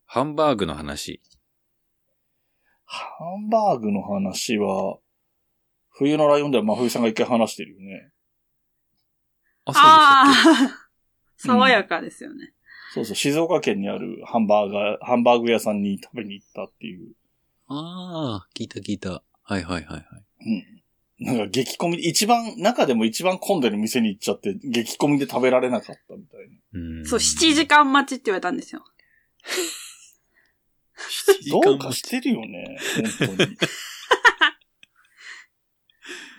S3: ハンバーグの話。
S1: ハンバーグの話は、冬のライオンでは真冬さんが一回話してるよね。
S3: あ、そうでしたっ
S2: ああ爽やかですよね。
S1: そうそう、静岡県にあるハンバーガー、ハンバーグ屋さんに食べに行ったっていう。
S3: けああ、聞いた聞いた。はいはいはいはい。
S1: なんか激混み、一番、中でも一番混んでる店に行っちゃって、激混みで食べられなかったみたいな。
S3: うーん
S2: そう、7時。間待ちって言われたんですよ。
S3: 7時間
S1: どう
S3: も
S1: かしてるよね、本当に。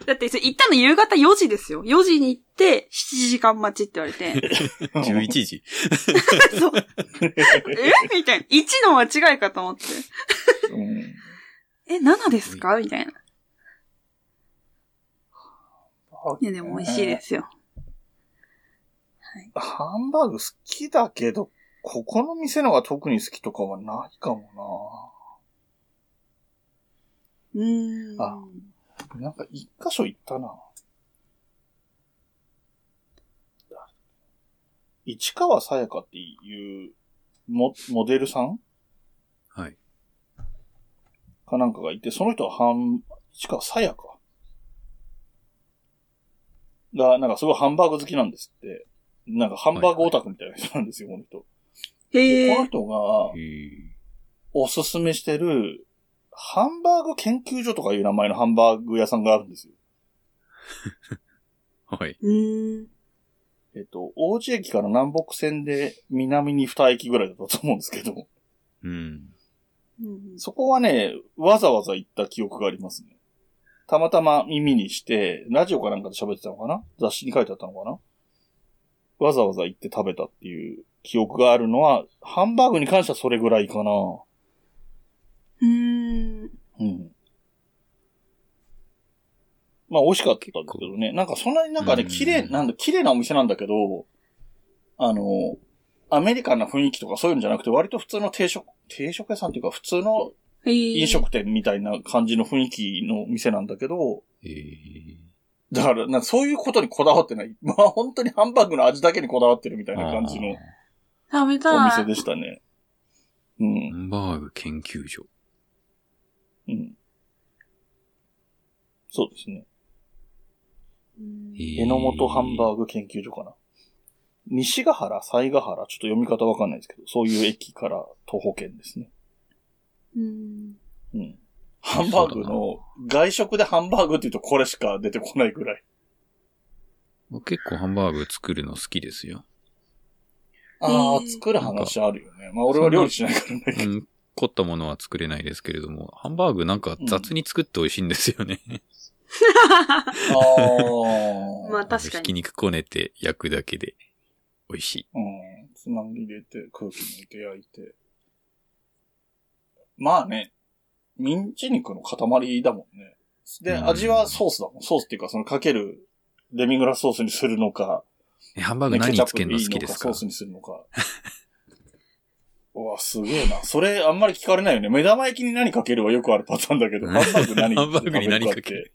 S2: だって、それ行ったの夕方4時ですよ。4時に行って、7時間待ちって言われ て。
S3: 11時。
S2: そう。えみたいな。1の間違いかと思って。
S1: うん
S2: え、7ですかみたいな。いや、でも美味しいですよ。
S1: ハンバーグ好きだけど、ここの店のが特に好きとかはないかも
S2: うーん。
S1: あななんか一箇所行ったな。市川さやかっていうモモデルさん
S3: はい。
S1: かなんかがいて、その人はハン、市川さやか。が、なんかすごいハンバーグ好きなんですって。なんかハンバーグオタクみたいな人なんですよ、この人。
S2: へ
S1: で
S2: え
S1: この。人が、
S3: へー
S1: おすすめしてる、ハンバーグ研究所とかいう名前のハンバーグ屋さんがあるんですよ。
S3: はい。
S2: うん。
S1: えっと、王子駅から南北線で南に二駅ぐらいだったと思うんですけど、
S3: うん。
S2: うん
S1: そこはね、わざわざ行った記憶がありますね。たまたま耳にして、ラジオかなんかで喋ってたのかな雑誌に書いてあったのかなわざわざ行って食べたっていう記憶があるのは、ハンバーグに関してはそれぐらいかな。
S2: うん。
S1: うん。まあ、美味しかったんだけどね。なんか、そんなになんかね、
S3: うん
S1: 綺麗、なんだ、綺麗なお店なんだけど、あの、アメリカンな雰囲気とかそういうんじゃなくて、割と普通の定食、定食屋さんっていうか、普通の飲
S2: 飲
S1: 食店みたいな感じの雰囲気の店なんだけど、
S3: えー
S1: だから、なんかそういうことにこだわってない。 まあ、本当にハンバーグの味だけにこだわってるみたいな感じの
S2: 食べ
S1: お
S2: た
S1: 店
S2: い。
S1: でしたね。う
S3: ハ
S1: ん、
S3: ンバーグ研究所。
S1: うん。そうですね。
S2: うん
S1: 榎本ハンバーグ研究所かな。西ヶ原、西ヶ原、ちょっと読み方わかんないですけど、そういう駅から徒歩圏ですね。
S2: うん。
S1: うん。ハンバーグの、外食でハンバーグって言うとこれしか出てこないぐらい。
S3: 僕結構ハンバーグ作るの好きです よ。
S1: あ
S2: え
S1: あ、
S2: ー
S1: 作る話あるよね。まあ俺は料理しないからね。
S3: うん、凝ったものは作れないですけれども、ハンバーグなんか雑に作って美味しいんですよね。
S1: ああ。
S2: まあ確か
S3: ひき
S2: に。
S3: 肉こねて焼くだけで美味しい。
S1: うん。つなぎ入れて、空気抜いて焼いて。まあね、ミンチ肉の塊だもんね。で、
S3: うん
S1: 味はソースだもん。ソースっていうか、そのかけるデミグラスソースにするのか、
S3: え、ハンバーグ
S1: ねケチャ
S3: 何
S1: ップ
S3: つけるの好きです
S1: いいのソ
S3: か
S1: ースにするのか。うわ、すげえな。それ、あんまり聞かれないよね。目玉焼きに何かけるはよくあるパターンだけど、
S3: うん
S1: ハンバーグ何
S3: ハンバーグに何かけ
S1: る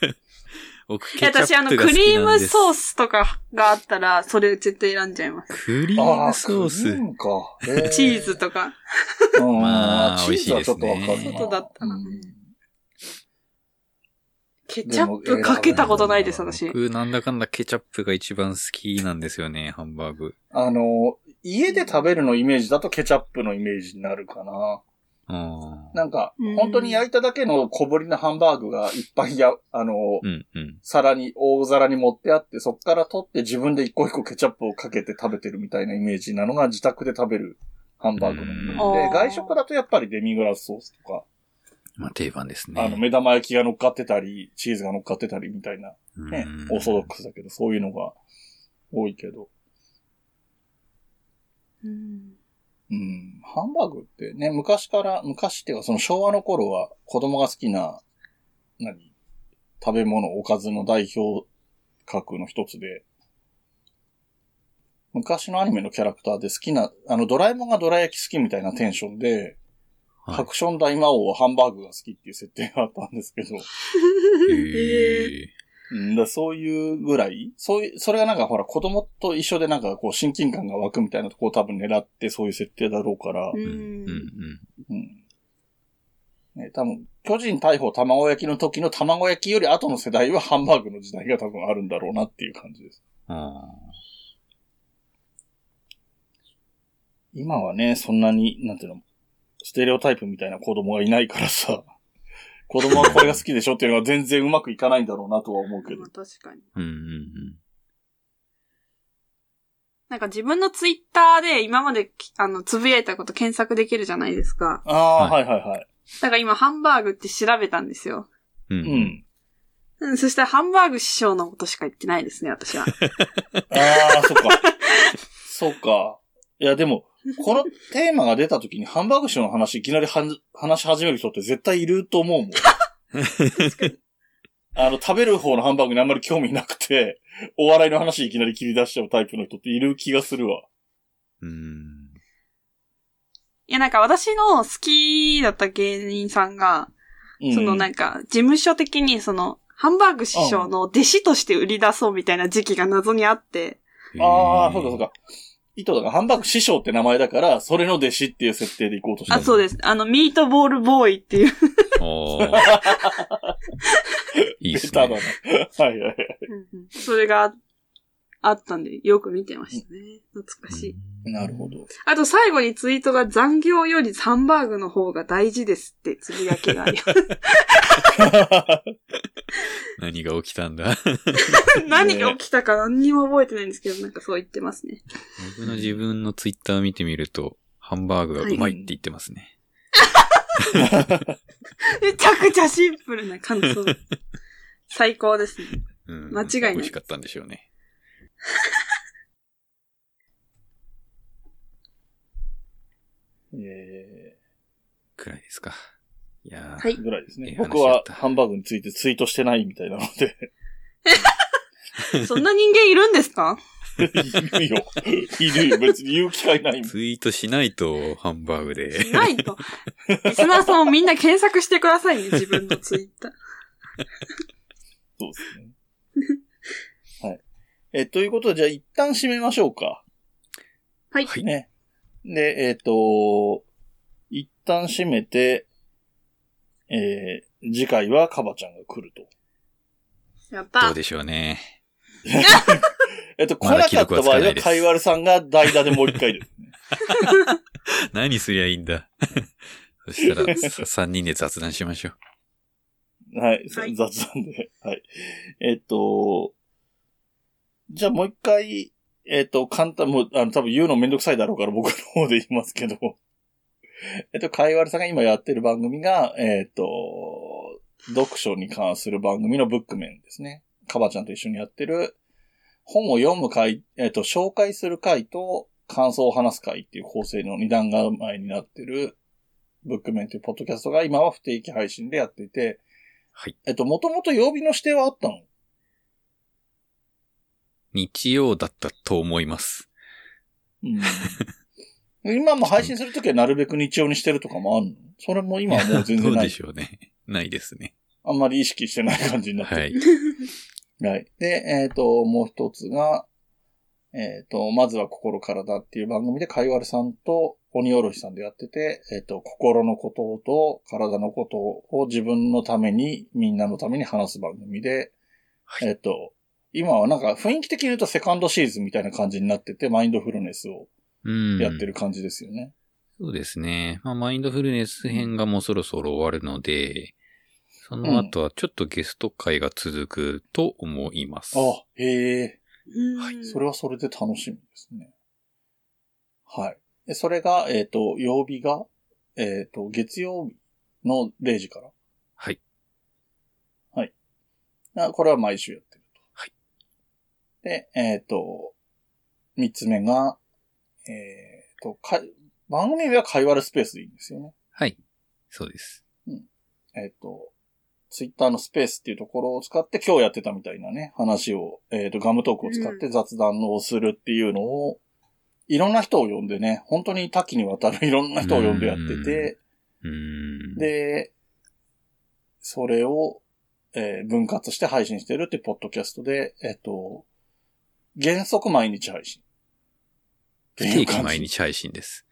S3: る僕、ケチャップが好き
S2: 私、あ
S3: なん
S2: の、
S3: です。
S2: クリームソー。スとかがあったら、それ絶対選んじゃいます。
S3: クリー
S1: ああ、
S3: ム
S1: そ
S3: ソ
S1: う
S3: ース。
S1: か。
S2: チーズとか。
S1: ズ。うん
S3: まあ
S1: チーズはちょっとわか
S3: 美
S1: る
S3: 味しいです
S1: な。
S3: ね
S2: 外だったな
S1: うん
S2: ケチャップかけたことないです、私。
S3: 僕、なんだかんだケチャップが一番好きなんですよね、ハンバーグ。
S1: あの、家で食べるのイメージだとケチャップのイメージになるかな。
S3: あー
S1: なんか
S2: うん、
S1: 本当に焼いただけの小ぶりなハンバーグがいっぱいや、あの
S3: う、んうん。
S1: 皿に、大皿に持ってあって、そっから取って自分で一個一個ケチャップをかけて食べてるみたいなイメージなのが自宅で食べるハンバーグのイメージ
S2: うん
S1: で、外食だとやっぱりデミグラスソースとか、
S3: まあ、定番ですね。
S1: あの、目玉焼きが乗っかってたり、チーズが乗っかってたりみたいな、ね
S3: う
S1: オ
S3: ん、
S1: ーソドックスだけど、そういうのが多いけど。
S2: うん
S1: うん、ハンバーグってね、昔から、昔っていうかその昭和の頃は子供が好きな、何食べ物、おかずの代表格の一つで、昔のアニメのキャラクターで好きな、あの、ドラえもんがドラ焼き好きみたいなテンションで、
S3: はい
S1: ハクション大魔王はハンバーグが好きっていう設定があったんですけど、
S3: へー
S1: うん、だそういうぐらいそういう、それがなんかほら子供と一緒でなんかこう親近感が湧くみたいなとこを多分狙ってそういう設定だろうから、
S2: う
S3: うん
S2: ん
S3: うんう
S1: う
S3: ん。
S1: ん。ね、多分、巨人大砲卵焼きの時の卵焼きより後の世代はハンバーグの時代が多分あるんだろうなっていう感じです。
S3: あ
S1: 今はね、そんなに、なんていうの、ステレオタイプみたいな子供がいないからさ、 子供はこれが好きでしょっていうのは全然うまくいかないんだろうなとは思うけど
S2: まあ。確かに。
S3: ーうんうん
S2: なんか自分のツイッターで今までき、あの、つぶやいたこと検索できるじゃないですか。
S1: ああー、は
S3: はい
S1: はいはい。
S2: だから今、ハンバーグって調べたんですよ。
S3: うん。う
S1: うん
S3: うん。
S1: ん。
S2: うん、そしたらハンバーグ師匠のことしか言ってないですね、私は。
S1: ああ、そっか。 そっか。いや、でも、このテーマが出た時にハンバーグ師匠の話いきなりはん話し始める人って絶対いると思うもん。あの、食べる方のハンバーグにあんまり興味なくて、お笑いの話いきなり切り出しちゃうタイプの人っている気がするわ。
S3: うん。
S2: いや、なんか私の好きだった芸人さんが、
S1: うん、
S2: そのなんか、事務所的にその、ハンバーグ師匠の弟子として売り出そうみたいな時期が謎にあって、
S1: ああ、そうかそうか。糸だからハンバーグ師匠って名前だから、それの弟子っていう設定でいこうとして
S2: あ、
S1: る。
S2: そうです。あの、ミートボールボーイっていう、
S3: か。 ああ。いいっ
S1: ベ
S3: す
S1: タだ
S3: ね
S1: な。。はいはいはい。
S2: それがあったんで、よく見てましたね。懐かしい。
S1: なるほど。
S2: あと最後にツイートが残業よりハンバーグの方が大事ですってつぶやきがあります。
S3: 何が起きたんだ
S2: 何が起きたか何にも覚えてないんですけど、なんかそう言ってますね。
S3: 僕の自分のツイッター見てみると、ハンバーグがうまいって言ってますね。
S2: めちゃくちゃシンプルな感 想。最高ですね。
S3: うん
S2: 間違いない
S3: 美味しかったんでしょうね。
S1: え
S3: くらいですか。いやー
S2: はい
S1: ー、ぐらいです
S3: い
S1: ね
S3: い。話
S1: 僕
S3: だ
S1: は
S3: った
S1: ハンバーグについてツイートしてないみたいなので、
S2: そんな人間いるんですか
S1: い るよ。いるよ。別に言う機会ないもん。
S3: ツイートしないと、ハンバー グで。
S2: ないと。リスナーさんもみんな検索してくださいね、自分のツイッター。
S1: そうですね。はい。え、ということで、じゃあ一旦締めましょうか。
S2: はい。
S3: はい
S1: ね。で、えっ、と、一旦締めて、えー次回はカバちゃんが来ると。
S2: やっ
S3: ど
S2: た
S3: う。でしょうね。
S1: えっと、来
S3: まだ
S1: なか
S3: 既
S1: った
S3: 読
S1: 場
S3: はつ
S1: 合
S3: かない
S1: は、
S3: です
S1: カイワルさんが代打でもう一回です。
S3: 何すりゃいいんだ。 そしたら、3人 で雑談しましょう。
S1: はい、
S2: はい
S1: 雑談で。はい。えっと、じゃあもう一回、えっと、簡単、もう、あの、多分言うのめんどくさいだろうから僕の方で言いますけど、えっと、かいわるさんが今やってる番組が、えっと、読書に関する番組のブックメンですね。かばちゃんと一緒にやってる、本を読む会、えっと、紹介する会と感想を話す会っていう構成の二段が前になってる、ブックメンというポッドキャストが今は不定期配信でやっていて、えっと、もともと曜日の指定はあったの
S3: 日曜だったと思います。
S1: 今も配信するときはなるべく日曜にしてるとかもあるのそれも今はもう全
S3: ど
S1: 然
S3: う
S1: な
S3: で
S1: い。
S3: しょうね。ないですね。
S1: あんまり意識してない感じになって
S3: は
S1: る。
S3: い。
S1: はい。で、えっ、と、もう一つが、えっ、と、まずは心からだっていう番組で、かいわるさんと鬼おろしさんでやってて、えっ、と、心のことと体のことを自分のために、みんなのために話す番組で、
S3: はい
S1: えっ、と、今はなんか雰囲気的に言うとセカンドシーズンみたいな感じになってて、マインドフルネスを
S3: うん。
S1: やってる感じですよね。
S3: そうですね。まあ、マインドフルネス編がもうそろそろ終わるので、その後はちょっとゲスト会が続くと思います。
S1: あ、へえ、
S2: うん
S1: それはそれで楽しみですね。はい。でそれが、えっ、と、曜日が、えっ、と、月曜日の0時から。
S3: はい。
S1: あこれは毎週やってると。
S3: はい。
S1: で、えっ、と、三つ目が、えっ、と、か、番組名は会話るスペースでいいんですよね。
S3: はい。そうです。
S1: えっ、と、ツイッターのスペースっていうところを使って今日やってたみたいなね、話を、えっ、と、ガムトークを使って雑談をするっていうのを、いろんな人を呼んでね、本当に多岐にわたる いろんな人を呼んでやってて、
S3: うーん。
S1: で、それを、えー分割して配信してるってポッドキャストで、えっ、と、原則毎日配信。
S3: 不定期毎日配信です。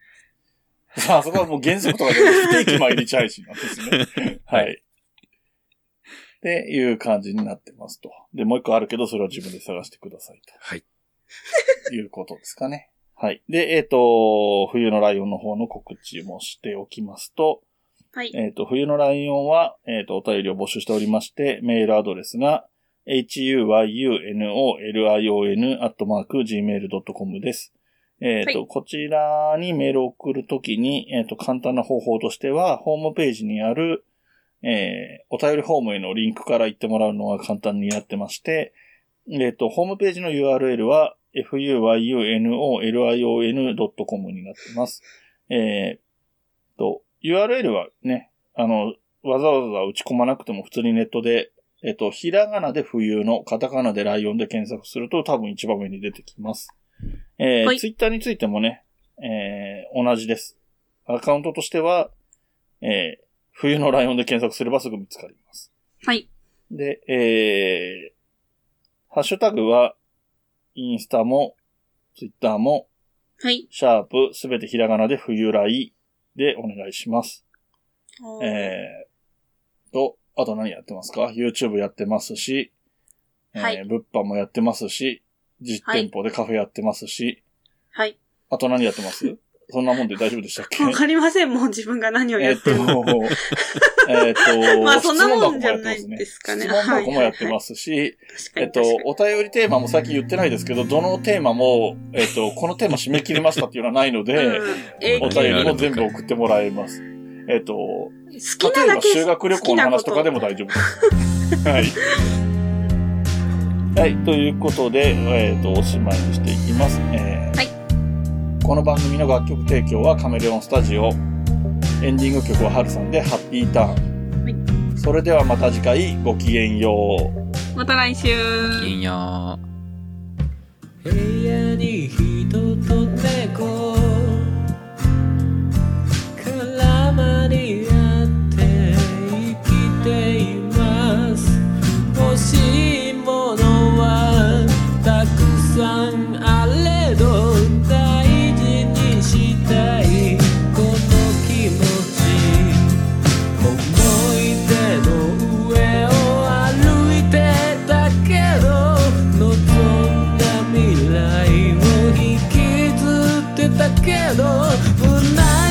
S1: さあ、そこはもう原則とかで不定期毎日配信なんですね。 はい。っていう感じになってますと。で、もう一個あるけど、それは自分で探してください
S3: はい。
S1: ということですかね。はい。で、えっ、と、冬のライオンの方の告知もしておきますと、
S2: はい。
S1: えっ、と、冬のライオンは、えっ、と、お便りを募集しておりまして、メールアドレスが、huyunolion.gmail.com です。えっ、と、
S2: は
S1: こちらにメールを送るときに、えっ、と、簡単な方法としては、ホームページにある、えーお便りフォームへのリンクから行ってもらうのが簡単になってまして、えっ、と、ホームページの URL は、fuyunolion.com になってます。えーと、URL はね、あの、わざわざ打ち込まなくても普通にネットで、えっと、ひらがなで冬の、カタカナでライオンで検索すると多分一番上に出てきます。え
S2: は
S1: ー、
S2: い
S1: ツイッターについてもね、えー、同じです。アカウントとしては、えー、冬のライオンで検索すればすぐ見つかります。
S2: はい。
S1: で、えー、ハッシュタグは、インスタも、ツイッターも、
S2: はい。
S1: シャープ、すべてひらがなで冬来でお願いします。えー、と、あと何やってますか ?YouTube やってますし、えー
S2: はい
S1: 物販もやってますし、実店舗でカフェやってますし、
S2: はい。
S1: あと何やってますそんなもんで大丈夫でしたっけ
S2: わかりません、もう自分が何を
S1: え
S2: や
S1: っ
S2: って
S1: と
S2: るのか、
S1: えっと、
S2: まあそんなもん
S1: 質問箱もやってま
S2: じゃないですかね
S1: 質問箱もやってますし、
S2: 確か
S1: えっ
S2: に確
S1: と
S2: かに。、
S1: お便りテーマもさっき言ってないですけど、どのテーマも、えっと、このテーマ締め切りましたっていうのはないので、
S2: うん
S1: お
S2: 永久
S1: 便り
S2: に
S1: も全部送ってもらえます。えっと、
S2: 好きな
S1: 例え
S2: だ
S1: ば
S2: け
S1: 修学旅
S2: 好き
S1: 行の
S2: なこ
S1: 話とかでも 大丈夫です。はい。はい、ということで、えっ、と、おしまいにしていきます。えー
S2: はい
S1: この番組の楽曲提供はカメレオンスタジオ。エンディング曲はハルさんでハッピーターン。それではまた次回ごきげんよう。
S2: また来週。
S3: 金曜。
S4: 部屋に人と猫絡まり合って生きています欲しいものはたくさんあれど大事にしたいこの気持ち思い出の上を歩いてたけど望んだ未来を引きずってたけど不安